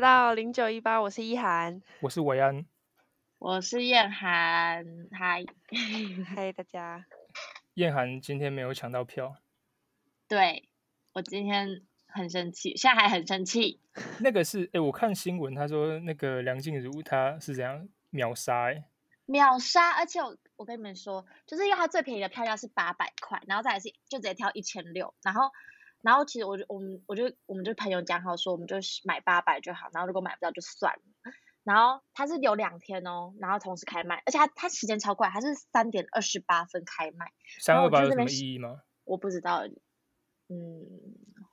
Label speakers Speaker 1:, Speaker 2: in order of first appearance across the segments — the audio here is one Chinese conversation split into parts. Speaker 1: 到零九一八，我是一涵。
Speaker 2: 我是维安。
Speaker 3: 我是燕涵，嗨，
Speaker 1: 嗨，大家，
Speaker 2: 燕涵今天没有抢到票，
Speaker 3: 对我今天很生气，现在还很生气，
Speaker 2: 那个是哎、诶我看新闻他说那个梁静茹她是怎样秒杀哎、
Speaker 3: 秒杀！而且我我跟你们说，就是因为它最便宜的票价是八百块，然后再来是就直接挑一千六，然后然后其实我就我们我就我们就朋友讲好说，我们就是买八百就好，然后如果买不到就算了。然后它是有两天哦，然后同时开卖，而且它它时间超快，它是三点二十八分开卖，
Speaker 2: 三
Speaker 1: 哦
Speaker 3: 然后
Speaker 2: 二
Speaker 3: 我
Speaker 2: 八
Speaker 3: 就
Speaker 2: 有
Speaker 3: 这
Speaker 2: 什么
Speaker 3: 边
Speaker 2: 意义吗？
Speaker 3: 我不知道，嗯，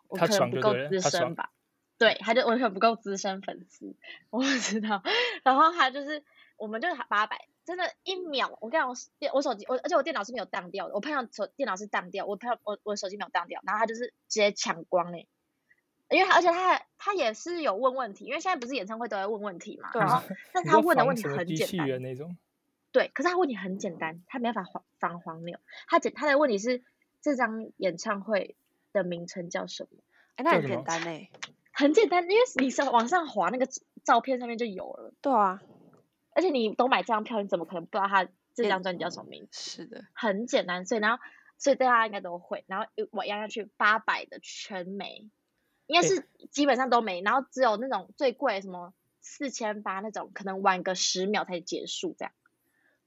Speaker 3: 我
Speaker 2: 他
Speaker 3: 可能
Speaker 2: 爽
Speaker 3: 不
Speaker 2: 就
Speaker 3: 够
Speaker 2: 对了
Speaker 3: 资
Speaker 2: 他爽
Speaker 3: 深吧。对，他就我可能不够资深粉丝，我不知道。然后他就是，我们就是八百，真的，一秒。我跟你讲，我手电我手机，我而且我电脑是没有当掉的，我朋友手电脑是当掉，我朋友我我手机没有当掉，然后他就是直接抢光哎、因为他而且他还他也是有问问题，因为现在不是演唱会都在问问题嘛，
Speaker 1: 对
Speaker 3: 然
Speaker 1: 啊
Speaker 3: 后但
Speaker 2: 你
Speaker 3: 是他
Speaker 2: 说
Speaker 3: 问的
Speaker 2: 防
Speaker 3: 问题
Speaker 2: 什么
Speaker 3: 很
Speaker 2: 机
Speaker 3: 简
Speaker 2: 器
Speaker 3: 单，
Speaker 2: 人那种，
Speaker 3: 对，可是他问题很简单，他没办法防防黄牛。他简他的问题是这张演唱会的名称叫什么？
Speaker 1: 哎、那
Speaker 2: 叫
Speaker 1: 很
Speaker 2: 什
Speaker 1: 简
Speaker 2: 么
Speaker 1: 单呢、欸。
Speaker 3: 很简单，因为你上往上滑那个照照片上面就有了，
Speaker 1: 对啊，
Speaker 3: 而且你都买这张票，你怎么可能不知道他这
Speaker 1: 也
Speaker 3: 张专辑叫什么名字？
Speaker 1: 是的，
Speaker 3: 很简单，所以然后所以大家应该都会。然后我压下去八百的全没，应该
Speaker 2: 哎
Speaker 3: 是基本上都没，然后只有那种最贵什么四千八那种，可能晚个十秒才结束这样。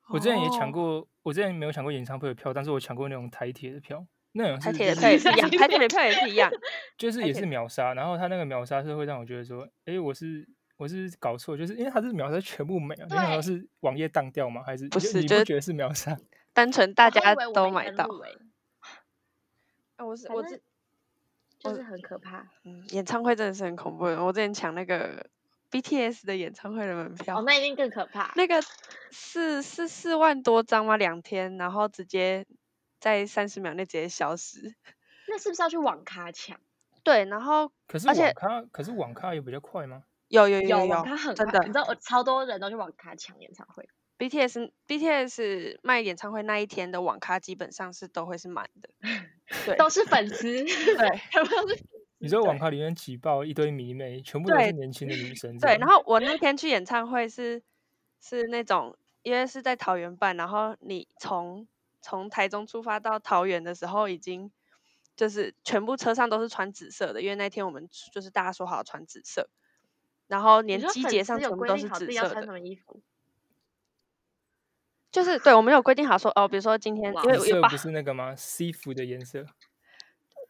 Speaker 2: 我之前也抢
Speaker 1: 哦，
Speaker 2: 过，我之前没有抢过演唱会的票，但是我抢过那种台铁的票，那种
Speaker 1: 哦台
Speaker 2: 是
Speaker 1: 铁
Speaker 2: 就
Speaker 1: 的票也
Speaker 2: 是
Speaker 1: 是一 样，台铁的票也是一样。
Speaker 2: 就是
Speaker 1: 台
Speaker 2: 也
Speaker 1: 铁
Speaker 2: 是秒杀，然后他那个秒杀是会让我觉得说，哎、我是我是搞错，就是因为他是秒杀全部没了，你好像
Speaker 3: 对
Speaker 2: 是网页当掉吗？还是
Speaker 1: 不
Speaker 2: 你就是你
Speaker 1: 就
Speaker 2: 不
Speaker 1: 是
Speaker 2: 觉得是秒杀？
Speaker 1: 单纯大
Speaker 3: 我还以
Speaker 1: 家
Speaker 3: 为我
Speaker 1: 都
Speaker 3: 们
Speaker 1: 买
Speaker 3: 跟
Speaker 1: 到。
Speaker 3: 路欸
Speaker 1: 哎我是
Speaker 3: 反
Speaker 1: 我
Speaker 3: 正
Speaker 1: 是
Speaker 3: 就
Speaker 1: 我
Speaker 3: 是很可怕。
Speaker 1: 嗯，演唱会真的是很恐怖的。我之前抢那个 BTS 的演唱会的门票，
Speaker 3: 哦，那一定更可怕。
Speaker 1: 那个四四四万多张嘛，两天，然后直接在三十秒内直接消失。
Speaker 3: 那是不是要去网咖抢？
Speaker 1: 对，然后
Speaker 2: 可是
Speaker 1: 而
Speaker 2: 网
Speaker 1: 且
Speaker 2: 咖，可是网咖也比较快吗？
Speaker 1: 有有有
Speaker 3: 有网
Speaker 1: 有
Speaker 3: 咖很
Speaker 1: 真
Speaker 3: 快，
Speaker 1: 的
Speaker 3: 你知道我超多人都去网咖抢演唱会。
Speaker 1: BTS BTS 卖演唱会那一天的网咖基本上是都会是满的。对
Speaker 3: 都是粉丝， 对，全部都是粉
Speaker 2: 你
Speaker 3: 丝
Speaker 2: 说网
Speaker 3: 对
Speaker 2: 咖里面挤爆一堆迷妹，全部都
Speaker 1: 对
Speaker 2: 是年轻的女生这
Speaker 1: 对，
Speaker 2: 样，
Speaker 1: 然
Speaker 3: 嗯
Speaker 1: 后我那天去演唱会是是那种，因为是在桃园办，然后你从从台中出发到桃园的时候，已经就是全部车上都是穿紫色的，因为那天我们就是大家说好穿紫色，然后
Speaker 3: 你
Speaker 1: 连
Speaker 3: 说
Speaker 1: 机
Speaker 3: 粉
Speaker 1: 节
Speaker 3: 丝
Speaker 1: 上全
Speaker 3: 有
Speaker 1: 部
Speaker 3: 规
Speaker 1: 都
Speaker 3: 定
Speaker 1: 是
Speaker 3: 好自
Speaker 1: 紫
Speaker 3: 己要
Speaker 1: 色
Speaker 3: 穿
Speaker 1: 的
Speaker 3: 什，么衣服？
Speaker 1: 就是对我们有规定好说哦，比如说今天
Speaker 3: 哇
Speaker 1: 因为
Speaker 2: 紫
Speaker 1: 我
Speaker 2: 色
Speaker 1: 有把
Speaker 2: 不是那个吗？西服的颜色，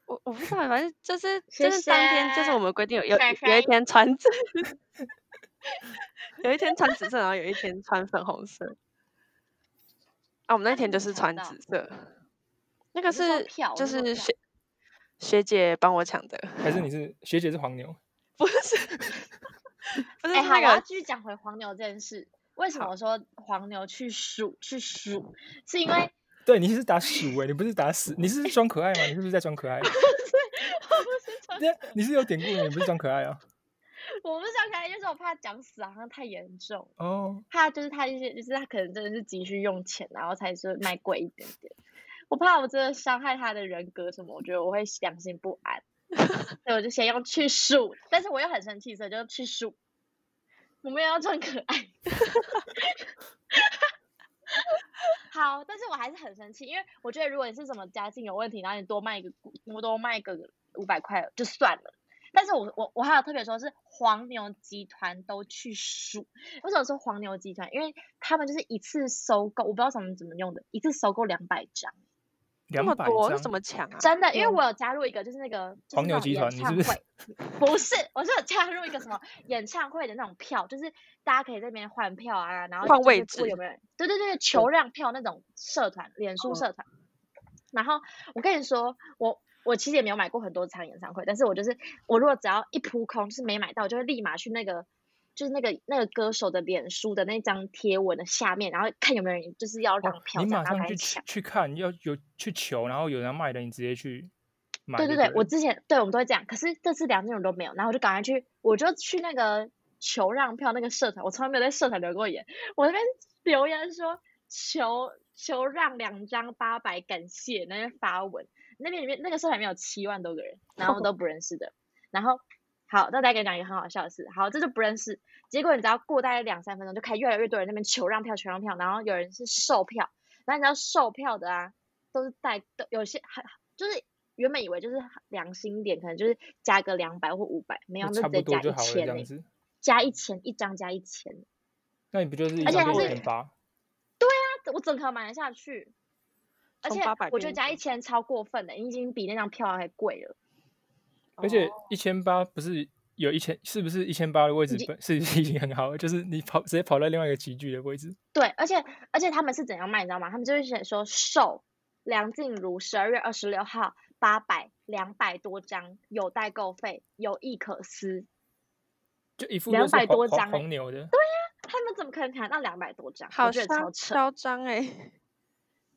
Speaker 1: 我我不知道，反正就是就
Speaker 3: 谢
Speaker 1: 是当天就是我
Speaker 3: 谢
Speaker 1: 们规定有有
Speaker 3: 帅
Speaker 1: 有一
Speaker 3: 帅
Speaker 1: 天穿紫， 有一天穿紫色，然后有一天穿粉红色。啊，我们那
Speaker 3: 那你
Speaker 1: 天就
Speaker 3: 怎么
Speaker 1: 是
Speaker 3: 抢
Speaker 1: 穿
Speaker 3: 到
Speaker 1: 紫色，那
Speaker 3: 我
Speaker 1: 个
Speaker 3: 是说
Speaker 1: 是
Speaker 3: 票我
Speaker 1: 就是
Speaker 3: 说
Speaker 1: 是
Speaker 3: 票
Speaker 1: 学学姐帮我抢的，
Speaker 2: 还是你是学姐是黄牛？
Speaker 1: 不是不是是
Speaker 3: 哎、好，
Speaker 1: 那
Speaker 3: 我要
Speaker 1: 个
Speaker 3: 继续讲回黄牛这件事。为什么
Speaker 1: 好
Speaker 3: 我说黄牛去数去数？是因为
Speaker 2: 对，你是打鼠哎、你不是打死，你是装可爱吗？你是不是在装可 爱？对啊，你是有典故的，你不是装可爱啊？
Speaker 3: 我不想开，就是我怕讲死好像太严重，
Speaker 2: 哦，
Speaker 3: 怕就是他一些就是他可能真的是急需用钱，然后才是卖贵一点点。我怕我真的伤害他的人格什么，我觉得我会良心不安。所以我就先用去数，但是我又很生气，所以就去数。我们也要装可爱。好，但是我还是很生气，因为我觉得如果你是什么家境有问题，然后你多卖一个股，多卖一个五百块就算了。但是我我我还有特别说是黄牛集团都去数，为什么说黄牛集团？因为他们就是一次收购，我不知道怎么怎么用的，一次收购两百张。
Speaker 1: 那
Speaker 2: 两
Speaker 1: 么
Speaker 2: 百
Speaker 1: 多，那
Speaker 2: 张
Speaker 1: 怎么抢啊？
Speaker 3: 真的，因为
Speaker 1: 嗯
Speaker 3: 我有加入一个，就是那个就是
Speaker 2: 黄
Speaker 3: 那
Speaker 2: 牛
Speaker 3: 种
Speaker 2: 集
Speaker 3: 演
Speaker 2: 团你是
Speaker 3: 唱
Speaker 2: 不
Speaker 3: 会，
Speaker 2: 是
Speaker 3: 不是，我是有加入一个什么演唱会的那种票，就是大家可以在那边换票啊，然后
Speaker 1: 换
Speaker 3: 就是
Speaker 1: 位
Speaker 3: 不
Speaker 1: 置
Speaker 3: 有没有人？对对对，求让票那种社团，脸
Speaker 2: 哦
Speaker 3: 书社团。然后我跟你说，我我其实也没有买过很多场演唱会，但是我就是我如果只要一扑空，就是没买到，我就会立马去那个。就是那个那个歌手的脸书的那张贴文的下面，然后看有没有人就是要让
Speaker 2: 哇，
Speaker 3: 票
Speaker 2: 你
Speaker 3: 这样，
Speaker 2: 马
Speaker 3: 然
Speaker 2: 上
Speaker 3: 后赶
Speaker 2: 去
Speaker 3: 紧
Speaker 2: 去
Speaker 3: 抢。
Speaker 2: 去看，要有去求，然后有人卖的，你直接去买
Speaker 3: 对
Speaker 2: 就
Speaker 3: 对
Speaker 2: 对
Speaker 3: 对，我
Speaker 2: 了
Speaker 3: 之前对我们都会这样，可是这次梁静茹都没有，然后我就赶快去，我就去那个求让票那个社团，我从来没有在社团留过言，我那边留言说求求让两张八百，感谢那边发文，那边里面那个社团里面有七万多个人，然后都不认识的，然后好，那再给你讲一个很好笑的事。好，这就不认识。结果你只要过大概两三分钟，就开始越来越多人在那边求让票、求让票，然后有人是售票，然后你知道售票的啊，都是带都有些很就是原本以为就是良心一点，可能就是加个两百或五百，没有，
Speaker 2: 就
Speaker 3: 就
Speaker 2: 差
Speaker 3: 直
Speaker 2: 不
Speaker 3: 接
Speaker 2: 多
Speaker 3: 加
Speaker 2: 就
Speaker 3: 一
Speaker 2: 好了这
Speaker 3: 千欸
Speaker 2: 样
Speaker 3: 呢，
Speaker 2: 子。
Speaker 3: 加一千一张加一千，
Speaker 2: 那你不就是一
Speaker 3: 而且
Speaker 2: 张
Speaker 3: 它
Speaker 2: 六
Speaker 3: 是
Speaker 2: 千八？
Speaker 3: 那我整盒买得下去。而
Speaker 1: 从
Speaker 3: 且
Speaker 1: 800
Speaker 3: 我觉
Speaker 1: 变
Speaker 3: 得
Speaker 1: 一
Speaker 3: 加
Speaker 1: 千
Speaker 3: 一千超过分的，已经比那张票还贵了。
Speaker 2: 而
Speaker 3: 哦
Speaker 2: 且一千八不是有一千，是不是一千八的位置
Speaker 3: 已经
Speaker 2: 本是已经很好了？就是你跑直接跑到另外一个集聚的位置，
Speaker 3: 对，而且而且他们是怎样卖，你知道吗？他们就是写说售梁静茹十二月二十六号八百两百多张，有代购费，有意可思。
Speaker 2: 就一副就是
Speaker 3: 200
Speaker 2: 黄
Speaker 3: 多
Speaker 2: 黄
Speaker 3: 张欸
Speaker 2: 黄牛的。
Speaker 3: 他们怎么可能谈到两百多张？
Speaker 1: 好
Speaker 3: 我觉得超
Speaker 1: 嚣
Speaker 3: 扯，
Speaker 1: 嚣张哎！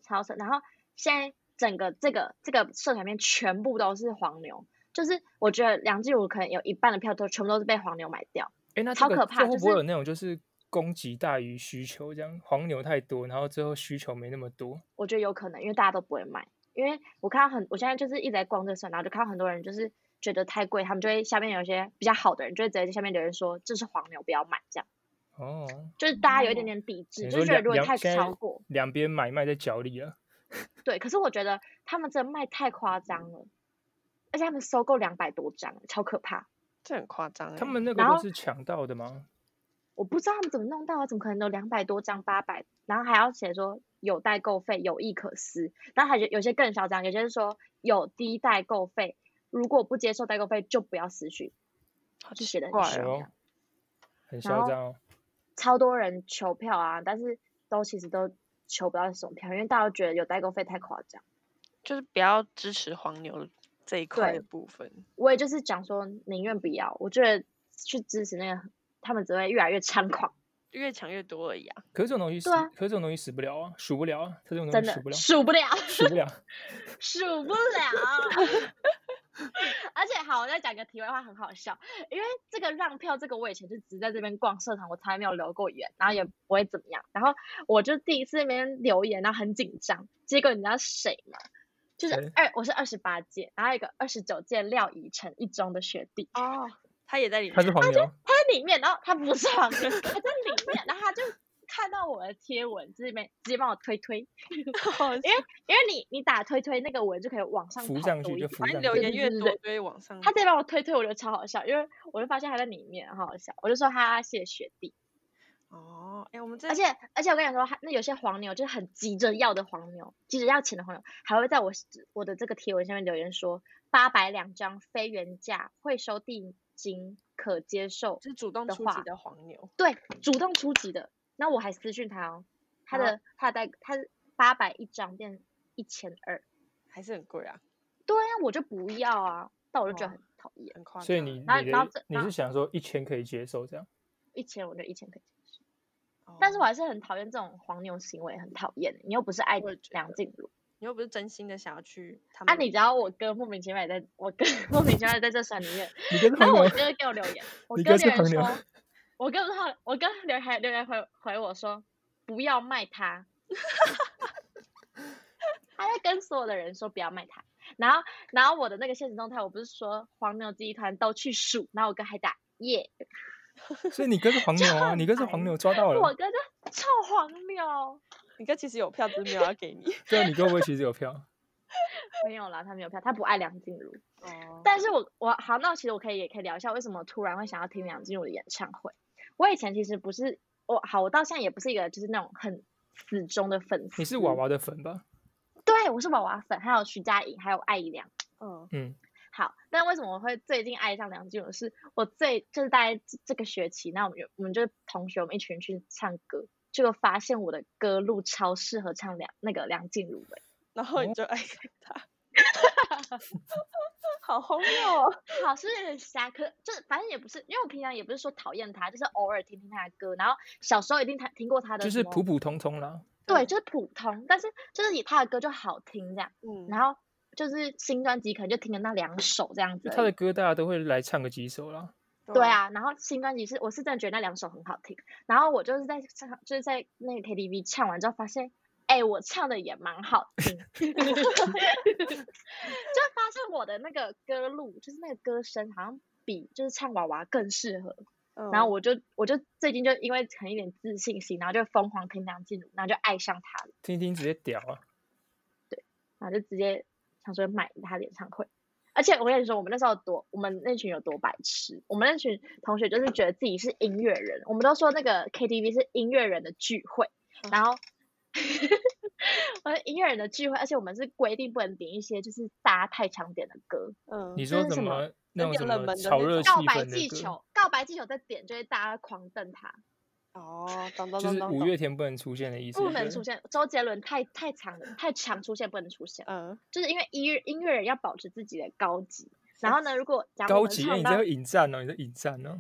Speaker 3: 超扯。然后现在整个这个这个社团里面全部都是黄牛，就是我觉得梁静茹可能有一半的票都全部都是被黄牛买掉。
Speaker 2: 哎，那这
Speaker 3: 超
Speaker 2: 个
Speaker 3: 可
Speaker 2: 这
Speaker 3: 怕
Speaker 2: 会
Speaker 3: 就
Speaker 2: 不会
Speaker 3: 是
Speaker 2: 有那种就是供给大于需求，这样黄牛太多，然后最后需求没那么多？
Speaker 3: 我觉得有可能，因为大家都不会买。因为我看到很，我现在就是一直在逛这个社团，然后就看到很多人就是觉得太贵，他们就会下面有一些比较好的人就会直接在下面留言说这是黄牛，不要买这样。
Speaker 2: 哦，
Speaker 3: 就是大家有一点
Speaker 1: 哦
Speaker 3: 点抵制，
Speaker 2: 你
Speaker 3: 就
Speaker 2: 说
Speaker 3: 是觉得
Speaker 2: 两
Speaker 3: 如果
Speaker 2: 两
Speaker 3: 太
Speaker 2: 现
Speaker 3: 超
Speaker 2: 在
Speaker 3: 过，
Speaker 2: 两边买卖在角力啊，
Speaker 3: 对。可是我觉得他们真的卖太夸张了，而且他们收购两百多张，超可怕。
Speaker 1: 这很夸张哎。
Speaker 2: 他们那个
Speaker 3: 然
Speaker 2: 都
Speaker 3: 后
Speaker 2: 是抢到的吗？
Speaker 3: 我不知道他们怎么弄到啊，怎么可能有两百多张八百？然后还要写说有代购费，有意可思。然后还有有些更嚣张，有些是说有低代购费，如果不接受代购费就不要私讯，
Speaker 1: 好
Speaker 3: 就
Speaker 1: 奇
Speaker 3: 写的很
Speaker 1: 怪哦
Speaker 3: 嚣
Speaker 2: 哦
Speaker 3: 张，，
Speaker 2: 很
Speaker 3: 哎然
Speaker 2: 嚣
Speaker 3: 后
Speaker 2: 张哦。
Speaker 3: 超多人求票啊，但是都其实都求不到什么票，因为大家都觉得有代购费太夸张。
Speaker 1: 就是不要支持黄牛这一块
Speaker 3: 对
Speaker 1: 的部分。
Speaker 3: 我也就是讲说宁愿不要，我觉得去支持那个他们只会越来越猖狂，
Speaker 1: 越抢越多而已啊！
Speaker 2: 可是这种东西死，
Speaker 3: 对啊
Speaker 2: 可是这种东西死不了啊，数不了啊，它这种东
Speaker 3: 真
Speaker 2: 西数
Speaker 3: 的
Speaker 2: 不了，
Speaker 3: 数不了。
Speaker 2: 数不了。
Speaker 3: 数不了。 而且好，我再讲个题外话，很好笑，因为这个让票，这个我以前就只在这边逛社团，我从来没有留过言，然后也不会怎么样。然后我就第一次那边留言，然后很紧张，结果你知道谁吗？就是
Speaker 2: 谁
Speaker 3: 二，我是二十八届，然后有一个二十九届廖以晨一中的学弟，
Speaker 1: 哦，他也在里
Speaker 2: 它是
Speaker 1: 面。
Speaker 2: 黄牛，
Speaker 3: 他在里面，然后他不是黄牛，他在里面，然后他就看到我的贴文，这边直接帮我推推，
Speaker 1: 好笑
Speaker 3: 因为你你打推推那个文就可以往上
Speaker 2: 浮
Speaker 3: 跑
Speaker 2: 上
Speaker 3: 多
Speaker 2: 去
Speaker 3: 一
Speaker 2: 就
Speaker 3: 点
Speaker 2: 浮
Speaker 1: 反正
Speaker 2: 上
Speaker 1: 留
Speaker 2: 去。
Speaker 1: 言越
Speaker 3: 对对
Speaker 1: 多
Speaker 3: 对，
Speaker 1: 就会往上。
Speaker 3: 他再帮我推推，我觉得超好笑，因为我就发现他在里面，很好笑。我就说他谢谢学弟，
Speaker 1: 哦，哎，我们这
Speaker 3: 而且而且我跟你说，他那有些黄牛就是很急着要的黄牛，急着要钱的黄牛，还会在我我的这个贴文下面留言说八百两张非原价，会收定金，可接受。
Speaker 1: 是主动
Speaker 3: 的
Speaker 1: 出
Speaker 3: 话
Speaker 1: 击的黄牛。
Speaker 3: 对，主动出击的。那我还私讯他哦，他
Speaker 1: 啊
Speaker 3: 的、他的代他八百一张变一千二，
Speaker 1: 还是很贵啊，
Speaker 3: 对啊，我就不要啊，但我就觉
Speaker 1: 哦
Speaker 3: 得很讨厌，
Speaker 1: 很夸张。
Speaker 2: 所以你你
Speaker 3: 然后然后
Speaker 2: 的
Speaker 3: 这
Speaker 2: 你
Speaker 3: 然后
Speaker 2: 是想说一千可以接受 这样？
Speaker 3: 一千我就一千可以接受。
Speaker 1: 哦，
Speaker 3: 但是我还是很讨厌这种黄牛行为，很讨厌。你又不是爱
Speaker 1: 我也觉
Speaker 3: 梁静茹，
Speaker 1: 你又不是真心的想要去他
Speaker 3: 啊，
Speaker 1: 们那
Speaker 3: 你
Speaker 1: 里。
Speaker 3: 只要我哥莫名其妙也在，我哥莫名其妙也在这山里面，
Speaker 2: 你跟
Speaker 3: 然
Speaker 2: 黄
Speaker 3: 后我
Speaker 2: 牛，
Speaker 3: 哥给我留言，我
Speaker 2: 你
Speaker 3: 哥
Speaker 2: 哥
Speaker 3: 留
Speaker 2: 是
Speaker 3: 言
Speaker 2: 黄牛
Speaker 3: 说， 我哥不是后，我哥留言还留言回回我说不要卖 他，他在跟所有的人说不要卖他。然后，然后我的那个现实动态，我不是说黄牛集团都去数，然后我哥还打耶
Speaker 2: 所以你哥是黄牛啊，你哥是黄牛抓到
Speaker 3: 我
Speaker 2: 了，
Speaker 3: 哥就臭黄牛，
Speaker 1: 你哥其实有票，只是没有要 给你。
Speaker 2: 对啊，你哥会不会其实有票？
Speaker 3: 没有啦，他没有票，他不爱梁静茹。
Speaker 1: 哦，
Speaker 3: 但是我我好，那其实我可以也可以聊一下，为什么突然会想要听梁静茹的演唱会。我以前其实不是我好，我到现在也不是一个就是那种很死忠的粉丝。
Speaker 2: 你是娃？娃的粉吧？
Speaker 3: 对，我是娃娃粉，还有徐佳莹，还有艾怡良。
Speaker 1: 嗯，
Speaker 2: 嗯，
Speaker 3: 好，但为什么我会最近爱上梁静茹？是我最就是大概这这个学期，那我们有我们就是同学，我们一群人去唱歌，结果发现我的歌路超适合唱梁那个梁静茹的。
Speaker 1: 然后你
Speaker 2: 哦
Speaker 1: 就爱上他， 好荒谬哦！
Speaker 3: 好，是不是有点瞎，可就是反正也不是，因为我平常也不是说讨厌他，就是偶尔听听他的歌，然后小时候一定听听过他的，
Speaker 2: 就是普，普通通啦。
Speaker 3: 对，就是普通，但是就是以他的歌就好听这样，
Speaker 1: 嗯，
Speaker 3: 然后就是新专辑可能就听了那两首这样
Speaker 2: 就
Speaker 3: 子而已，
Speaker 2: 他的歌大家都会来唱个几首啦。
Speaker 3: 对，啊，然后新专辑是我是真的觉得那两首很好听，然后我就是在唱，就是在那个 KTV 唱完之后发现，哎、我唱的也蛮好听， 就发现我的那个歌路，就是那个歌声好像比就是唱娃娃更适合。
Speaker 1: 嗯
Speaker 3: 然后我就我就最近就因为很一点自信心，然后就疯狂听梁静茹，然后就爱上她了，
Speaker 2: 听一听直接屌啊！
Speaker 3: 然后就直接想说买她的演唱会。而且我跟你说，我们那时候有多，我们那群有多白痴。我们那群同学就是觉得自己是音乐人，我们都说那个 KTV 是音乐人的聚会，
Speaker 2: 嗯
Speaker 3: 然后 我们音乐人的聚会，而且我们是规定不能点一些就是大家太常点的歌，
Speaker 1: 嗯，
Speaker 2: 你
Speaker 3: 就
Speaker 2: 说
Speaker 3: 是
Speaker 2: 怎
Speaker 3: 什么
Speaker 2: 么那种
Speaker 1: 有
Speaker 2: 什
Speaker 1: 冷
Speaker 2: 么
Speaker 1: 门的
Speaker 2: 炒
Speaker 1: 那
Speaker 2: 热
Speaker 1: 种
Speaker 2: 气
Speaker 3: 告白
Speaker 2: 氛的
Speaker 3: 气
Speaker 2: 歌，
Speaker 3: 球，告白气球在点就会大家狂瞪他，
Speaker 1: 哦，懂懂
Speaker 2: 就
Speaker 1: 懂
Speaker 2: 是
Speaker 1: 懂
Speaker 2: 五
Speaker 1: 懂，
Speaker 2: 月天不能出现的意思。
Speaker 3: 不
Speaker 2: 对
Speaker 3: 能
Speaker 2: 对
Speaker 3: 出现。周杰伦太太长了，太长出现不能出现，
Speaker 2: 呃
Speaker 1: 嗯，
Speaker 3: 就是因为音乐音乐人要保持自己的高级。然后呢，如果假如我
Speaker 2: 高
Speaker 3: 们
Speaker 2: 级，哎
Speaker 3: 啊唱
Speaker 2: 你
Speaker 3: 到
Speaker 2: 在会引战哦，你在引战 哦。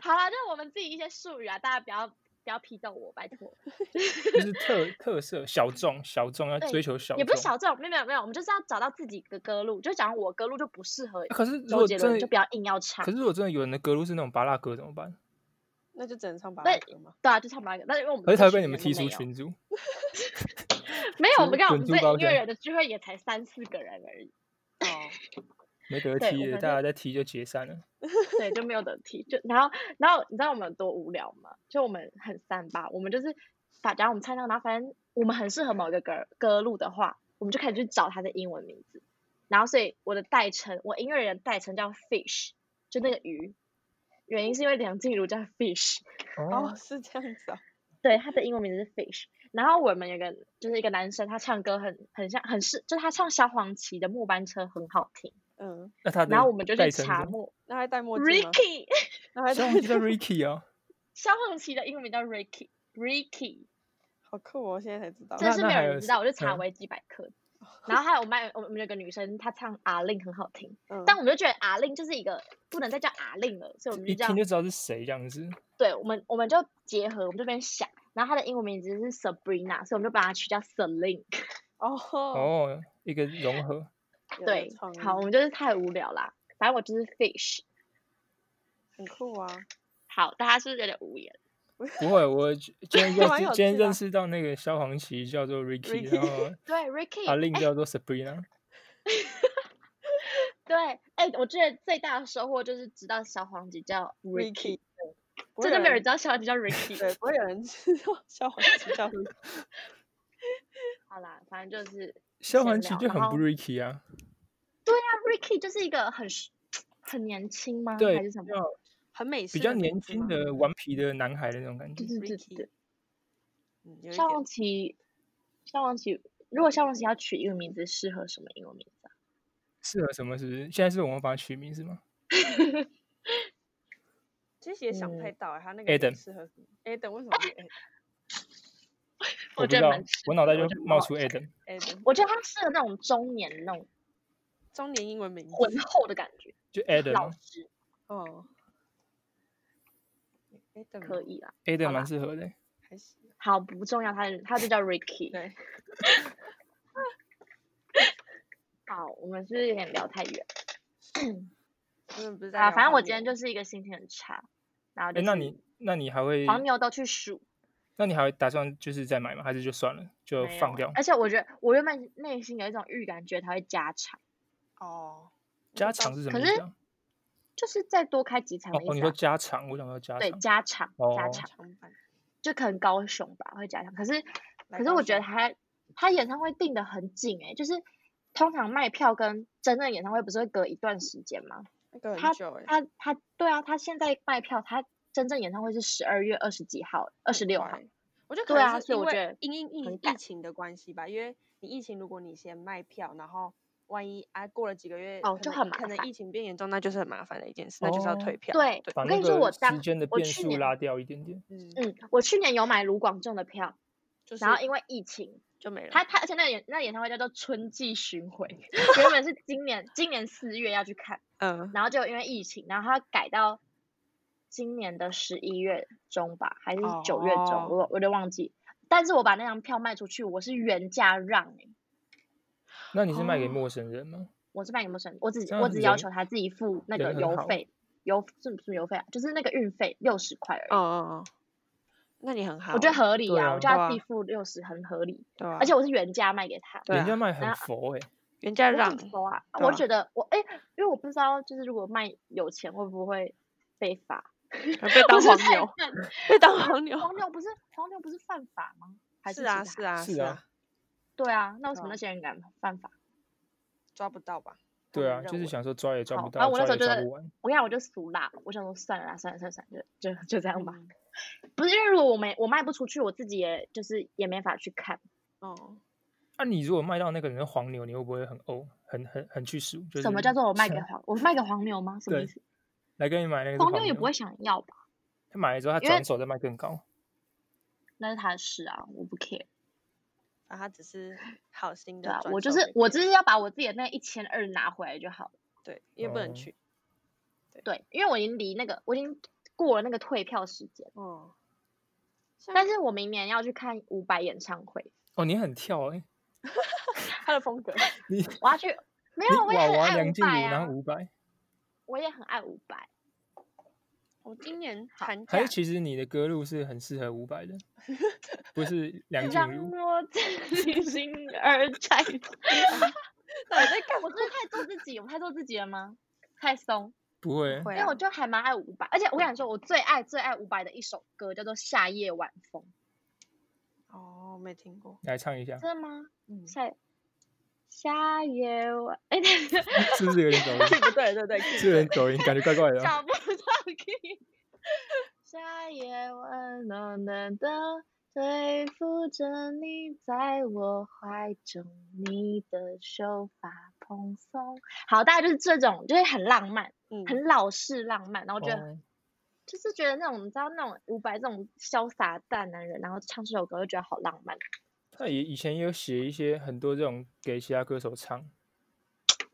Speaker 3: 好了，就是我们自己一些术语啊，大家不要不要批斗我，拜托。
Speaker 2: 就是特特色小众，小众要
Speaker 3: 对
Speaker 2: 追求小众，啊
Speaker 3: 也不是小众，没有没有没有，我们就是要找到自己的歌路。就假如我歌路就不适合
Speaker 2: 啊。可是如
Speaker 3: 周
Speaker 2: 果
Speaker 3: 杰
Speaker 2: 真的
Speaker 3: 伦就不要硬要唱
Speaker 2: 可是如果真的有人的歌路是那种巴拉歌怎么办？
Speaker 1: 那就只能唱八首歌嘛。
Speaker 3: 对啊，就唱不到一个。但是因为我们
Speaker 2: 而且
Speaker 3: 这
Speaker 2: 他会被
Speaker 3: 群
Speaker 2: 你们
Speaker 3: 人都
Speaker 2: 踢出
Speaker 3: 没有
Speaker 2: 群组。
Speaker 3: 没有，我们
Speaker 2: 滚
Speaker 3: 看我们
Speaker 2: 珠
Speaker 3: 这
Speaker 2: 高
Speaker 3: 音乐
Speaker 2: 的
Speaker 3: 人的聚会也才三四个人而已，
Speaker 1: 哦，
Speaker 2: 没得
Speaker 3: 对我
Speaker 2: 踢
Speaker 3: 们
Speaker 2: 了，
Speaker 3: 就
Speaker 2: 大家再踢就解散了。
Speaker 3: 对，就没有得踢。就然后，然后你知道我们有多无聊吗？就我们很三八，我们就是把假如我们唱到，然后反正我们很适合某一个歌歌路的话，我们就开始去找它的英文名字。然后，所以我的代称，我音乐人的代称叫 Fish，就那个鱼。原因是因为梁静茹叫 Fish，
Speaker 1: 哦，，是这样子哦，
Speaker 3: 对，他的英文名字是 Fish。然后我们有个就是一个男生，他唱歌很很像很是，就是他唱萧煌奇的《末班车》很好听。
Speaker 1: 嗯，
Speaker 2: 那他的
Speaker 3: 然后我们就
Speaker 2: 代
Speaker 3: 去
Speaker 2: 称是
Speaker 3: 查
Speaker 2: 什么
Speaker 3: 莫
Speaker 1: 那还戴墨镜吗？
Speaker 3: Ricky，
Speaker 1: 那还
Speaker 2: 萧
Speaker 1: 戴
Speaker 2: 煌奇叫 Ricky 哦，
Speaker 3: 萧煌奇的英文名叫 Ricky，Ricky，
Speaker 1: 好酷哦！我现在才知道，
Speaker 3: 真
Speaker 2: 那
Speaker 3: 的是
Speaker 2: 那
Speaker 3: 没有
Speaker 2: 还
Speaker 3: 人
Speaker 2: 有
Speaker 3: 知道，我就查
Speaker 2: 嗯
Speaker 3: 维基百科。然后还有我们还有我们有个女生，她唱阿令很好听，
Speaker 1: 嗯，
Speaker 3: 但我们就觉得阿令就是一个不能再叫阿令了，所以我们
Speaker 2: 一
Speaker 3: 就
Speaker 2: 听
Speaker 3: 叫
Speaker 2: 就知道是谁这样子。
Speaker 3: 对，我们我们就结合我们这边想，然后她的英文名字是 Sabrina，所以我们就把它取叫 Selin。
Speaker 1: 哦，
Speaker 2: 哦，一个融 合。
Speaker 1: 有
Speaker 3: 对
Speaker 1: 创，意
Speaker 3: 好，我们就是太无聊啦，反正我就是 Fish。
Speaker 1: 很酷啊，
Speaker 3: 好，大家是不是有点无言？
Speaker 2: 不会，我 今天认
Speaker 1: 蛮
Speaker 2: 识
Speaker 1: 有
Speaker 2: 今天
Speaker 1: 趣的啊
Speaker 2: 认识到那个萧煌奇叫做 Ricky，
Speaker 1: Ricky
Speaker 2: 然后
Speaker 3: 对
Speaker 2: 阿
Speaker 3: ，Ricky，
Speaker 2: 令
Speaker 3: 哎
Speaker 2: 叫做 Sabrina。
Speaker 3: 对，哎、我觉得最大的收获就是知道小黄鸡叫 Ricky，
Speaker 1: Ricky 不会
Speaker 3: 真的没有人
Speaker 1: 人
Speaker 3: 知道小黄鸡叫 Ricky。
Speaker 1: 对，不会有人知道小黄鸡叫 Ricky
Speaker 3: 好啦，反正就是
Speaker 2: 萧
Speaker 3: 闲
Speaker 2: 煌奇
Speaker 3: 聊
Speaker 2: 就
Speaker 3: 然
Speaker 2: 很
Speaker 3: 后
Speaker 2: 不 Ricky 啊，
Speaker 3: 对啊，Ricky 就是一个很是很年轻吗？
Speaker 2: 对
Speaker 3: 还是什么？
Speaker 2: 要
Speaker 1: 很美式
Speaker 2: 比
Speaker 1: 的
Speaker 2: 较
Speaker 1: 名
Speaker 2: 年
Speaker 1: 字
Speaker 2: 轻
Speaker 1: 吗，
Speaker 2: 的顽皮的男孩的那种感觉
Speaker 3: 嗯对。对对
Speaker 1: Ricky
Speaker 3: 对
Speaker 1: 嗯，有
Speaker 3: 对，
Speaker 1: 一
Speaker 3: 萧
Speaker 1: 点
Speaker 3: 煌奇，萧煌奇，如果萧煌奇要取英文名字，适合什么英文名字啊？
Speaker 2: 适合什么？是不是？现在是我们帮他取名是吗？
Speaker 1: 其实也想太
Speaker 3: 嗯
Speaker 1: 到欸，他那个不
Speaker 2: Adam
Speaker 1: 适合你 Adam 为什么是 A-
Speaker 3: 我
Speaker 2: 不知
Speaker 3: 觉得
Speaker 2: 道
Speaker 3: 蛮适，
Speaker 2: 我脑
Speaker 3: 合
Speaker 2: 袋
Speaker 3: 的
Speaker 2: 就
Speaker 3: 我觉得蛮
Speaker 2: 冒
Speaker 3: 好
Speaker 2: 出 Adam。
Speaker 1: Adam
Speaker 3: 我觉得他适合那种中年那种
Speaker 1: 中年英文名字？
Speaker 3: 浑厚的感觉，
Speaker 2: 就 Adam
Speaker 3: 老
Speaker 2: 啊
Speaker 3: 实
Speaker 1: 哦，Adam
Speaker 3: 可
Speaker 1: 哦
Speaker 3: 以啦。
Speaker 2: Adam
Speaker 3: 好吧
Speaker 2: 蛮适合的欸。
Speaker 1: 还行，
Speaker 3: 好，不重要，他他就叫 Ricky。
Speaker 1: 对，
Speaker 3: 好，我们是不是有点聊太远
Speaker 1: 真的不是在
Speaker 3: 啊？
Speaker 1: 聊
Speaker 3: 反正
Speaker 1: 他
Speaker 3: 我
Speaker 1: 们
Speaker 3: 今天就是一个心情很差，然后就
Speaker 2: 哎，那
Speaker 3: 是
Speaker 2: 你那你还会
Speaker 3: 黄牛都去数。
Speaker 2: 那你还会打算就是再买吗？还是就算了，就
Speaker 3: 没有
Speaker 2: 放
Speaker 3: 欸
Speaker 2: 掉？
Speaker 3: 而且我觉得我原本内心有一种预感，觉得它会加长，
Speaker 1: 哦，我
Speaker 2: 加
Speaker 1: 不知道
Speaker 2: 长是什
Speaker 3: 可
Speaker 2: 么意思
Speaker 3: 是
Speaker 2: 啊？
Speaker 3: 就是再多开几场
Speaker 2: 哦
Speaker 3: 的意
Speaker 2: 哦，你
Speaker 3: 思啊、
Speaker 2: 说加长，我想说加
Speaker 3: 对，
Speaker 2: 长。
Speaker 3: 加场加
Speaker 2: 哦
Speaker 3: 场，
Speaker 1: 长版
Speaker 3: 就可能高雄吧会加场。可是
Speaker 1: 来
Speaker 3: 可是
Speaker 1: 高
Speaker 3: 我觉得
Speaker 1: 雄
Speaker 3: 他他演唱会定的很紧哎、就是通常卖票跟真正的演唱会不是会隔一段时间吗？
Speaker 1: 那个
Speaker 3: 他
Speaker 1: 很久哎，
Speaker 3: 他他对啊，他现在卖票，他真正演唱会是十二月二十几号，二十
Speaker 1: 很
Speaker 3: 六
Speaker 1: 快
Speaker 3: 号。
Speaker 1: 欸。我觉得可
Speaker 3: 对啊
Speaker 1: 能是
Speaker 3: 所以
Speaker 1: 因
Speaker 3: 我觉
Speaker 1: 为
Speaker 3: 得
Speaker 1: 因因
Speaker 3: 很
Speaker 1: 疫疫
Speaker 3: 赶
Speaker 1: 情的关系吧，因为你疫情，如果你先卖票，然后万一啊过了几个月，
Speaker 3: 哦
Speaker 1: 可
Speaker 3: 就
Speaker 1: 能
Speaker 3: 很麻
Speaker 1: 可能
Speaker 3: 烦
Speaker 1: 疫情变严重，那就是很麻烦的一件事，那就是要
Speaker 2: 哦
Speaker 1: 退票。
Speaker 3: 对，
Speaker 2: 把
Speaker 3: 我跟
Speaker 2: 那
Speaker 3: 你说，我
Speaker 2: 个时
Speaker 3: 当
Speaker 2: 间的
Speaker 3: 我
Speaker 2: 变
Speaker 3: 去
Speaker 2: 数
Speaker 3: 年
Speaker 2: 拉掉一点点。
Speaker 1: 嗯，
Speaker 3: 嗯，我去年有买卢广仲的票，
Speaker 1: 就是
Speaker 3: 然后因为疫情，
Speaker 1: 就没了。
Speaker 3: 他他而且那个演那个演唱会叫做春季巡回， 原本是今年今年四月要去看，
Speaker 1: 嗯，
Speaker 3: 然后就因为疫情，然后他改到今年的十一月中吧，还是九月中，
Speaker 1: 哦
Speaker 3: 我我有点忘记。但是我把那张票卖出去，我是原价让、欸，
Speaker 2: 那你是卖给
Speaker 1: 哦
Speaker 2: 陌生人吗？
Speaker 3: 我是卖给陌生人，我只
Speaker 2: 这
Speaker 3: 我
Speaker 2: 样
Speaker 3: 只
Speaker 2: 人
Speaker 3: 要求他自己付那
Speaker 2: 人
Speaker 3: 个
Speaker 2: 很
Speaker 3: 邮
Speaker 2: 好
Speaker 3: 费，邮是不是邮费啊？就是那个运费六十块而已，
Speaker 1: 哦哦哦，那你很好欸，
Speaker 3: 我觉得合理
Speaker 2: 对
Speaker 3: 啊，
Speaker 2: 啊
Speaker 3: 我叫
Speaker 1: 对
Speaker 3: 他
Speaker 1: 啊
Speaker 3: 自己付六十很合理，
Speaker 1: 对啊，
Speaker 3: 而且我是原价卖给他，
Speaker 1: 对
Speaker 2: 人
Speaker 1: 啊
Speaker 2: 家卖
Speaker 3: 然
Speaker 2: 很
Speaker 3: 后
Speaker 2: 佛哎，
Speaker 1: 原价
Speaker 3: 我
Speaker 1: 让
Speaker 3: 怎么说啊？
Speaker 1: 对
Speaker 3: 我
Speaker 1: 啊
Speaker 3: 觉得我哎、因为我不知道，就是如果卖有钱会不会被罚？
Speaker 1: 被当
Speaker 3: 不是
Speaker 1: 黄
Speaker 3: 太
Speaker 1: 牛，
Speaker 3: 笨
Speaker 1: 被当黄牛。
Speaker 3: 黄牛不是黄牛不是犯法吗？ 还
Speaker 1: 是
Speaker 3: 其
Speaker 1: 啊，
Speaker 3: 实
Speaker 1: 是
Speaker 3: 还好？
Speaker 1: 啊，
Speaker 2: 是
Speaker 1: 是
Speaker 2: 啊，
Speaker 3: 对啊，那为什
Speaker 1: 对
Speaker 3: 么
Speaker 1: 啊
Speaker 3: 那些人敢犯法？
Speaker 1: 抓不到吧？他
Speaker 2: 对
Speaker 1: 们
Speaker 2: 啊，就
Speaker 1: 认
Speaker 2: 是
Speaker 1: 为
Speaker 2: 想说抓也抓
Speaker 3: 好
Speaker 2: 不
Speaker 3: 然
Speaker 2: 到，
Speaker 3: 后我那
Speaker 2: 抓
Speaker 3: 时
Speaker 2: 也
Speaker 3: 候
Speaker 2: 抓
Speaker 3: 觉
Speaker 2: 不
Speaker 3: 得
Speaker 2: 完。
Speaker 3: 我跟你讲，我就俗辣，我想说算了啦，算了算了算了，就就就这样吧。
Speaker 1: 嗯
Speaker 3: 不是因为如果我没我卖不出去，我自己也就是也没法去看，
Speaker 1: 哦，
Speaker 2: 那、啊你如果卖到那个人是黄牛，你会不会很欧，很很很去死？就是
Speaker 3: 什么叫做我卖给
Speaker 2: 想
Speaker 3: 黄？我卖给黄牛吗？什么
Speaker 2: 对
Speaker 3: 意思？
Speaker 2: 来跟你买那个是
Speaker 3: 黄
Speaker 2: 牛
Speaker 3: 牛也不会，想要吧？
Speaker 2: 他买了之后他
Speaker 3: 因为
Speaker 2: 转手再卖更高。
Speaker 3: 那是他的事啊，我不 care。
Speaker 1: 那他只是好心
Speaker 3: 对
Speaker 1: 的
Speaker 3: 啊，
Speaker 1: 转
Speaker 3: 我就
Speaker 1: 售
Speaker 3: 是
Speaker 1: 给
Speaker 3: 我就是要把我自己的那一千二拿回来就好了。
Speaker 1: 对，因为不能
Speaker 2: 嗯
Speaker 1: 去。
Speaker 3: 对，因为我已经离那个我已经过了那个退票时间，
Speaker 1: 哦，像
Speaker 3: 但是我明年要去看伍佰演唱会，
Speaker 2: 哦，你很跳哎、
Speaker 1: 他的风格，
Speaker 2: 你
Speaker 3: 我要去。没
Speaker 2: 你
Speaker 3: 有，我也
Speaker 2: 娃
Speaker 3: 很
Speaker 2: 娃
Speaker 3: 爱伍
Speaker 2: 梁静茹
Speaker 3: 佰
Speaker 2: 然
Speaker 3: 啊
Speaker 2: 后，五百，
Speaker 3: 我也很爱伍佰。
Speaker 1: 我今年寒假
Speaker 2: 还是其实你的歌路是很适合五百的，不 是梁静
Speaker 3: 让
Speaker 2: 茹。
Speaker 3: 我自己心儿颤。
Speaker 1: 到底在干嘛
Speaker 3: 我？真的太做自己，我太做自己了吗？太松，
Speaker 2: 不会，
Speaker 1: 会
Speaker 3: 因为
Speaker 1: 啊
Speaker 3: 我就还蛮爱伍佰，而且我想说，我最爱最爱伍佰的一首歌叫做《夏夜晚风
Speaker 1: 哦，没听过。
Speaker 2: 来唱一下》，，
Speaker 3: 真的吗？
Speaker 1: 嗯，
Speaker 3: 夏夏夜晚，哎、等一下
Speaker 2: 是不是有点走音？
Speaker 1: 不对，对 不对，
Speaker 2: 是有点走音，感觉怪怪 的哦。
Speaker 3: 找不到 key。夏夜温暖暖的吹拂着你在我怀中，你的秀发蓬松。好，大概就是这种，就是很浪漫，
Speaker 1: 嗯，
Speaker 3: 很老式浪漫，然后觉得、
Speaker 2: 哦
Speaker 3: 就是觉得那种你知道那种伍佰这种潇洒大男人，然后唱这首歌就觉得好浪漫。
Speaker 2: 他也以前也有写一些很多这种给其他歌手唱，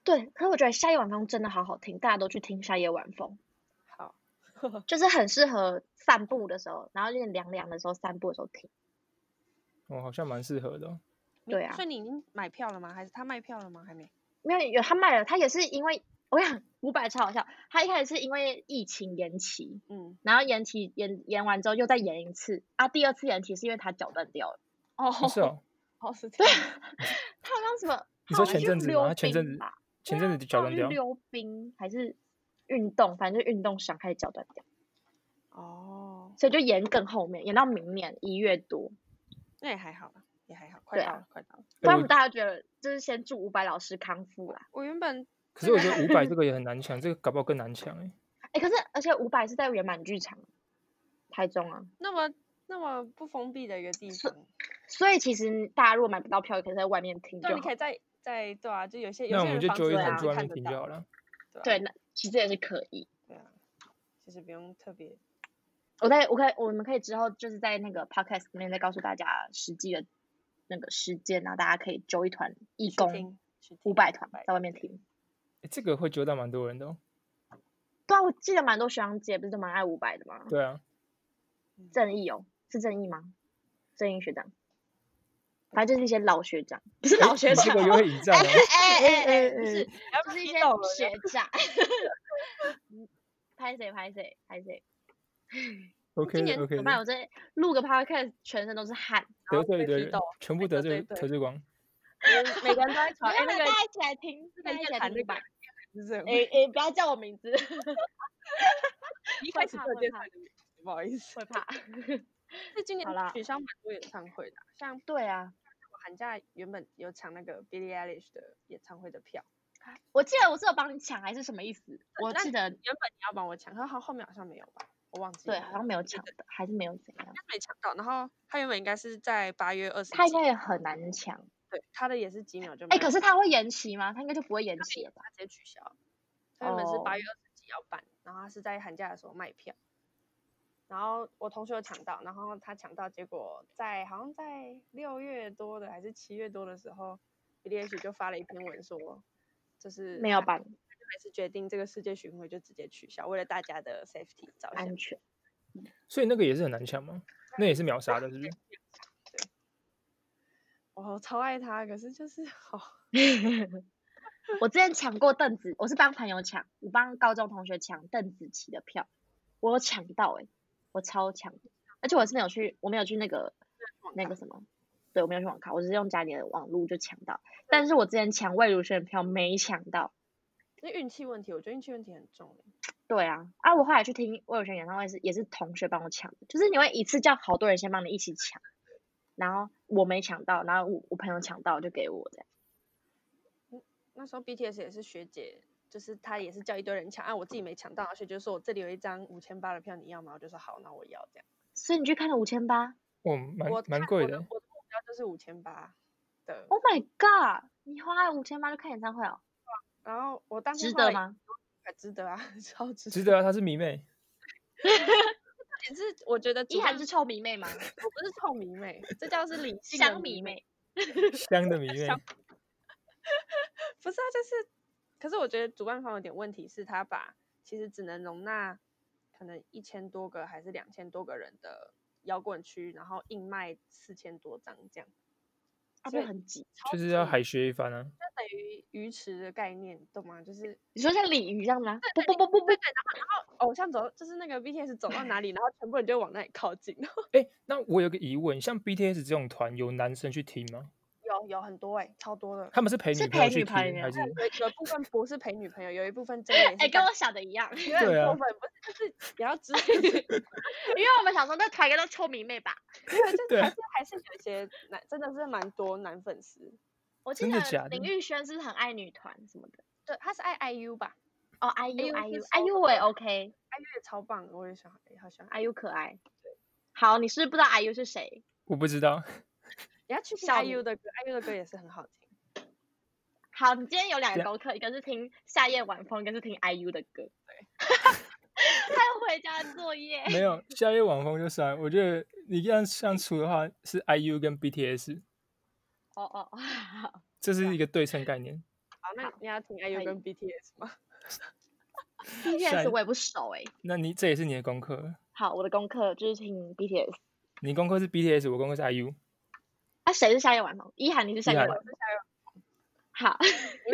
Speaker 3: 对，可是我觉得夏夜晚风真的好好听，大家都去听夏夜晚风。
Speaker 1: 好，
Speaker 3: 就是很适合散步的时候，然后有点凉凉的时候，散步的时候听。
Speaker 2: 哦，好像蛮适合的哦、
Speaker 1: 你
Speaker 3: 对啊
Speaker 1: 所以你已经买票了吗？还是他卖票了吗？还没。
Speaker 3: 没有有他卖了，他也是因为我想五百超好笑，他一开始是因为疫情延期，
Speaker 1: 嗯，
Speaker 3: 然后延期延延完之后又再延一次，啊，第二次延期是因为他脚断掉了，
Speaker 1: 哦，
Speaker 2: 哦是 哦，
Speaker 1: 哦，是这样。
Speaker 3: 他好像什么，
Speaker 2: 你说
Speaker 3: 好像
Speaker 2: 前
Speaker 3: 去
Speaker 2: 阵子吗
Speaker 3: 溜
Speaker 2: 他前阵
Speaker 3: 冰
Speaker 2: 子
Speaker 3: 吧
Speaker 2: 前
Speaker 3: 对
Speaker 2: 阵
Speaker 3: 啊
Speaker 2: 子就
Speaker 3: 他
Speaker 2: 脚
Speaker 3: 好
Speaker 2: 断
Speaker 3: 像去
Speaker 2: 掉哎
Speaker 3: 溜冰还是运动，反正就运动伤开始脚断掉，
Speaker 1: 哦，
Speaker 3: 所以就延更后面，延到明年一月多。
Speaker 1: 那也还好啦，也还好，快
Speaker 3: 对
Speaker 1: 到
Speaker 3: 啊
Speaker 1: 了，快到了。
Speaker 2: 哎
Speaker 3: 不然我
Speaker 2: 我
Speaker 3: 们大家觉得就是先祝伍佰老师康复啦。
Speaker 1: 我原本
Speaker 2: 可是我觉 得五百这个也很难抢，这个搞不好更难抢哎、
Speaker 3: 哎、可是而且五百是在圆满剧场，台中啊，
Speaker 1: 那么那么不封闭的一个地
Speaker 3: 是
Speaker 1: 方，
Speaker 3: 所以其实大家如果买不到票，也可以在外面听就
Speaker 1: 对，你
Speaker 3: 好
Speaker 1: 可。以在在对啊，就有些有
Speaker 2: 那我
Speaker 1: 些
Speaker 2: 们
Speaker 1: 人
Speaker 2: 就
Speaker 1: 房
Speaker 2: 揪
Speaker 1: 子
Speaker 2: 一
Speaker 3: 对
Speaker 1: 可
Speaker 2: 场
Speaker 3: 啊
Speaker 2: 去
Speaker 1: 能
Speaker 2: 外
Speaker 1: 看
Speaker 2: 面
Speaker 1: 得
Speaker 2: 听就
Speaker 1: 到
Speaker 2: 好，了。
Speaker 1: 对
Speaker 3: 对，
Speaker 1: 啊
Speaker 3: 那其实也是可以。
Speaker 1: 对啊，其实不用特别
Speaker 3: 我在我可以我们可以之后就是在那个 podcast 里面再告诉大家实际的那个时间，然后大家可以揪一团义
Speaker 1: 去
Speaker 3: 工
Speaker 1: 听去
Speaker 3: 五
Speaker 1: 听
Speaker 3: 百团
Speaker 1: 500
Speaker 3: 在外面听。
Speaker 2: 哎这个会揪到蛮多人的、哦。
Speaker 3: 对啊，我记得蛮多学长姐不是都蛮爱五百的吗？
Speaker 2: 对啊，
Speaker 3: 正义哦，是正义吗？正义学长，反正就是一些老学长，不是老学
Speaker 2: 你这
Speaker 3: 长
Speaker 2: 个又
Speaker 3: 哦。
Speaker 2: 会 引战
Speaker 3: 哎
Speaker 2: 哦。
Speaker 3: 哎哎哎，不
Speaker 1: 哎
Speaker 3: 是，
Speaker 1: 不要
Speaker 3: 就是一
Speaker 1: 批
Speaker 3: 些
Speaker 1: 斗了
Speaker 3: 学长。 嗯拍谁拍谁拍谁！
Speaker 1: 今
Speaker 2: OK
Speaker 1: 年
Speaker 2: OK，
Speaker 3: 怎么办？我这录个 podcast，全身都是汗。
Speaker 2: 得
Speaker 1: 后被
Speaker 2: 罪的
Speaker 1: 批
Speaker 2: 人
Speaker 1: 斗
Speaker 2: 全部
Speaker 1: 被
Speaker 2: 得
Speaker 1: 得罪
Speaker 2: 罪
Speaker 1: 对
Speaker 2: 得罪光。
Speaker 1: 就是每个人都在
Speaker 3: 没
Speaker 1: 传哎
Speaker 3: 有没
Speaker 1: 那
Speaker 3: 有
Speaker 1: 个
Speaker 3: 大家一起来听，
Speaker 1: 那
Speaker 3: 大
Speaker 1: 个
Speaker 3: 家一
Speaker 1: 夜
Speaker 3: 起来
Speaker 1: 谈
Speaker 3: 听
Speaker 1: 那
Speaker 3: 五百。
Speaker 1: 是这样
Speaker 3: 哎哎，不要叫我名字，
Speaker 1: 一开始
Speaker 3: 怕
Speaker 1: 就
Speaker 3: 会
Speaker 1: 介绍
Speaker 3: 怕
Speaker 1: 你的名字不好意思
Speaker 3: 会。怕。
Speaker 1: 是今年
Speaker 3: 好啦
Speaker 1: 取消蛮多演唱会的啊，像
Speaker 3: 对啊，
Speaker 1: 我寒假原本有抢那个 Billie Eilish 的演唱会的票，
Speaker 3: 我记得我是有帮你抢还是什么意思？我
Speaker 1: 呃那
Speaker 3: 记得
Speaker 1: 原本你要帮我抢，可是后后面好像没有吧，我忘记了。
Speaker 3: 对，好像没有抢的，还是没有怎样。
Speaker 1: 没抢到。然后他原本应该是在八月二十，
Speaker 3: 他应该也很难抢。
Speaker 1: 对他的也是几秒就没
Speaker 3: 哎，
Speaker 1: 有。
Speaker 3: 可是他会延期吗？他应该就不会延
Speaker 1: 嗯他
Speaker 3: 期
Speaker 1: 也
Speaker 3: 了吧？
Speaker 1: 他直接取消，他原本是八
Speaker 3: 哦
Speaker 1: 月二十几要办，然后他是在寒假的时候卖票，然后我同学有抢到，然后他抢到，结果在好像在六月多的还是七月多的时候 b l 许就发了一篇文说，就是
Speaker 3: 没有
Speaker 1: 他
Speaker 3: 办
Speaker 1: 还是决定这个世界巡回就直接取消，为了大家的 safety 着想
Speaker 3: 安。全。
Speaker 2: 所以那个也是很难抢吗？那也是秒杀的，是不是？
Speaker 1: 我超爱他，可是就是 好、
Speaker 3: 我之前抢过邓紫，我是帮朋友抢，我帮高中同学抢邓紫棋的票，我有抢到哎、我超强的，而且我是没有去，我没有去那个那个什么，对我没有去网咖，我只是用家里的网路就抢到。但是我之前抢魏如萱的票没抢到。
Speaker 1: 那运气问题，我觉得运气问题很重欸。
Speaker 3: 对啊，啊，我后来去听魏如萱演唱会是也是同学帮我抢的，就是你会一次叫好多人先帮你一起抢，然后我没抢到，然后我我朋友抢到就给我这样。
Speaker 1: 那时候 BTS 也是学姐，就是她也是叫一堆人抢，啊，我自己没抢到，学姐就说我这里有一张五千八的票，你要吗？我就说好，那我要这样。
Speaker 3: 所以你去看了五千八
Speaker 2: 我哦蛮
Speaker 1: 我
Speaker 2: 蛮
Speaker 1: 看
Speaker 2: 贵
Speaker 1: 我的
Speaker 2: 的
Speaker 1: 我的，目标就是五千八的，
Speaker 3: ，Oh my god！你花了五千八就看演唱会哦，
Speaker 1: 然后我当天
Speaker 3: 值
Speaker 1: 花
Speaker 3: 得
Speaker 1: 了
Speaker 3: 吗？
Speaker 1: 一百？值得啊， 超值
Speaker 2: 值。得啊，她是迷妹，
Speaker 1: 也是我觉得主
Speaker 3: 依然
Speaker 1: 办
Speaker 3: 是臭迷妹吗？
Speaker 1: 我不是臭迷妹，这叫是理性的
Speaker 3: 香迷
Speaker 1: 迷
Speaker 3: 妹，
Speaker 2: 香的迷妹，
Speaker 1: 香不是啊，就是，可是我觉得主办方有点问题，是他把其实只能容纳可能一千多个还是两千多个人的摇滚区，然后硬卖四千多张这样，
Speaker 3: 啊，
Speaker 1: 所
Speaker 3: 就
Speaker 1: 以
Speaker 3: 很挤。
Speaker 1: 超
Speaker 2: 就是要
Speaker 1: 级
Speaker 2: 海学一番啊。
Speaker 1: 那等于鱼池的概念，懂吗？就是
Speaker 3: 你说像鲤鱼这样吗？
Speaker 1: 不不不不不对，然后然后偶像走就是那个 BTS 走到哪里，然后全部人就往那里靠近， 然后
Speaker 2: 哎、那我有个疑问，像 BTS 这种团，有男生去听吗？
Speaker 1: 有有很多哎、超多的。
Speaker 2: 他们是陪
Speaker 3: 是
Speaker 2: 女朋友
Speaker 3: 陪
Speaker 2: 去
Speaker 3: 女
Speaker 2: 听，
Speaker 3: 朋友
Speaker 2: 还是
Speaker 1: 有 有一部分不是陪女朋友，有一部分真的也是
Speaker 3: 哎、跟
Speaker 1: 干
Speaker 3: 我想的一样， 因
Speaker 1: 有点
Speaker 2: 对啊
Speaker 1: 过分，不是就是也要支持自己
Speaker 3: 为我们想说那团应该都臭迷妹吧。
Speaker 2: 对
Speaker 1: 还是还是有一些男，真的是蛮多男粉丝。
Speaker 3: 我记
Speaker 2: 真的假
Speaker 3: 得林
Speaker 2: 的
Speaker 3: 玉轩是不是很爱女团什么的？
Speaker 1: 对，他是爱 IU 吧
Speaker 3: 哦，IU
Speaker 1: IU 是
Speaker 3: IU IU 我也
Speaker 1: ？IU
Speaker 3: OK，IU
Speaker 1: 也超棒的，我也喜欢，好喜欢哎 IU。
Speaker 3: 可爱。好，你是不是不知道 IU 是谁？
Speaker 2: 我不知道。
Speaker 1: 你要去听
Speaker 3: 少
Speaker 1: IU
Speaker 3: 女
Speaker 1: 的歌，IU 的歌也是很好听。
Speaker 3: 好，你今天有两个
Speaker 2: 对
Speaker 3: 功课，一个是听夏夜晚风，一个是听 IU 的歌。 还有回家的作业。
Speaker 2: 没有夏夜晚风就算，我觉得你这样相处的话，是 IU 跟 BTS，
Speaker 3: 哦哦哦， 好
Speaker 2: 这是一个对称概念。
Speaker 1: 好，那你要听 IU
Speaker 3: 以
Speaker 1: 跟 BTS 吗？
Speaker 2: 下一
Speaker 3: BTS 我也不熟哎、
Speaker 2: 那你这也是你的功课，
Speaker 3: 好，我的功课就是听 BTS。
Speaker 2: 你功课是 BTS，我功课是 IU。
Speaker 3: 啊，谁是夏夜晚风？一涵，你是夏
Speaker 2: 一
Speaker 3: 夜
Speaker 2: 涵
Speaker 3: 晚风。好，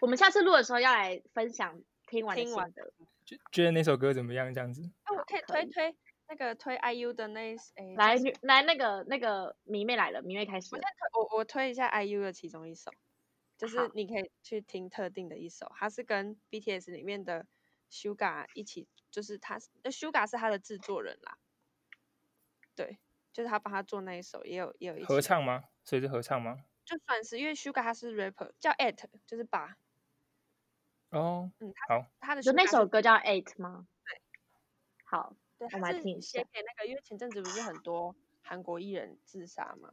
Speaker 3: 我们下次录的时候要来分享听完的
Speaker 1: 听
Speaker 3: 心
Speaker 1: 完
Speaker 3: 得。
Speaker 2: 就觉得那首歌怎么样？这样子，
Speaker 1: 哦那我可以
Speaker 3: 可
Speaker 1: 推
Speaker 3: 以
Speaker 1: 推那个推 IU 的那一诶，
Speaker 3: 来，
Speaker 1: 就是
Speaker 3: 女来那个那个迷妹来了，迷妹开始
Speaker 1: 我
Speaker 3: 了
Speaker 1: 先。推我我推一下 IU 的其中一首，就是
Speaker 3: 好
Speaker 1: 你可以去听特定的一首，它是跟 BTS 里面的 Suga 一起，就是他是呃 Suga 是他的制作人啦，对，就是他帮他做那一首，也有也有一
Speaker 2: 合
Speaker 1: 起
Speaker 2: 唱吗？所以是合唱吗？
Speaker 1: 就算是因为 Suga 他是 rapper，叫 at 就是把
Speaker 2: 哦，
Speaker 1: 嗯
Speaker 2: 好，
Speaker 1: 他的
Speaker 3: 就
Speaker 1: Suga
Speaker 3: 那首
Speaker 1: 是
Speaker 3: 歌叫《Eight》吗？好，
Speaker 1: 对，
Speaker 3: 我
Speaker 1: 他
Speaker 3: 们来
Speaker 1: 是
Speaker 3: 听一
Speaker 1: 写
Speaker 3: 下
Speaker 1: 给那个，因为前阵子不是很多韩国艺人自杀嘛，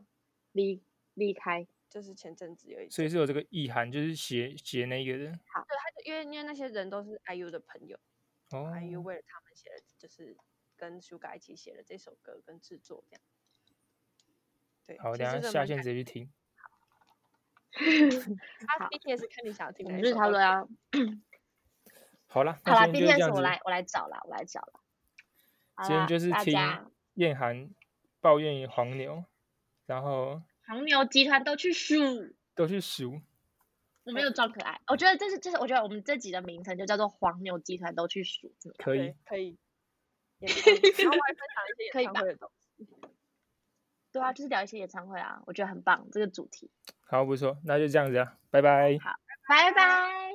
Speaker 3: 离离开。
Speaker 1: 就是前阵子有一
Speaker 2: 所以
Speaker 1: 阵
Speaker 2: 是有这个意涵，就是写写那个的。
Speaker 1: 对，他就因为因为那些人都是 IU 的朋友。
Speaker 3: 哎
Speaker 2: 哦，
Speaker 1: 还有为了他们写的，就是跟 Suga 一起写的这首歌跟制作这样。对，
Speaker 2: 好，
Speaker 1: 其
Speaker 2: 等
Speaker 1: 实
Speaker 2: 一
Speaker 1: 真
Speaker 2: 下
Speaker 1: 的蛮
Speaker 2: 下线
Speaker 1: 感
Speaker 2: 直接去听。
Speaker 1: 他
Speaker 3: 好
Speaker 1: BTS 啊看你想要听
Speaker 3: 我
Speaker 1: 哪
Speaker 3: 们
Speaker 1: 一
Speaker 3: 就是
Speaker 1: 首
Speaker 3: 差
Speaker 1: 歌
Speaker 3: 不多要
Speaker 2: 好啦，
Speaker 3: 好
Speaker 2: 那
Speaker 3: 啦
Speaker 2: 今天就是这
Speaker 3: BTS
Speaker 2: 样
Speaker 3: 我
Speaker 2: 子。
Speaker 3: 来我来找啦，我来找啦。好
Speaker 2: 今天
Speaker 3: 啦
Speaker 2: 就是
Speaker 3: 大
Speaker 2: 听
Speaker 3: 家
Speaker 2: 燕涵抱怨黄牛，然后
Speaker 3: 黄牛集团都去数。
Speaker 2: 都去数。
Speaker 3: 我没有装可爱，我觉得这是，这是我觉得我们这集的名称就叫做“黄牛集团都去数”，怎么样？
Speaker 2: 可以
Speaker 1: 对，可 以。演唱会然后我还分享一些
Speaker 3: 可以
Speaker 1: 演唱
Speaker 3: 吧
Speaker 1: 会的东西。
Speaker 3: 对啊，就是聊一些演唱会啊，我觉得很棒这个主题。
Speaker 2: 好，不错，那就这样子啊，拜拜。
Speaker 3: 拜拜。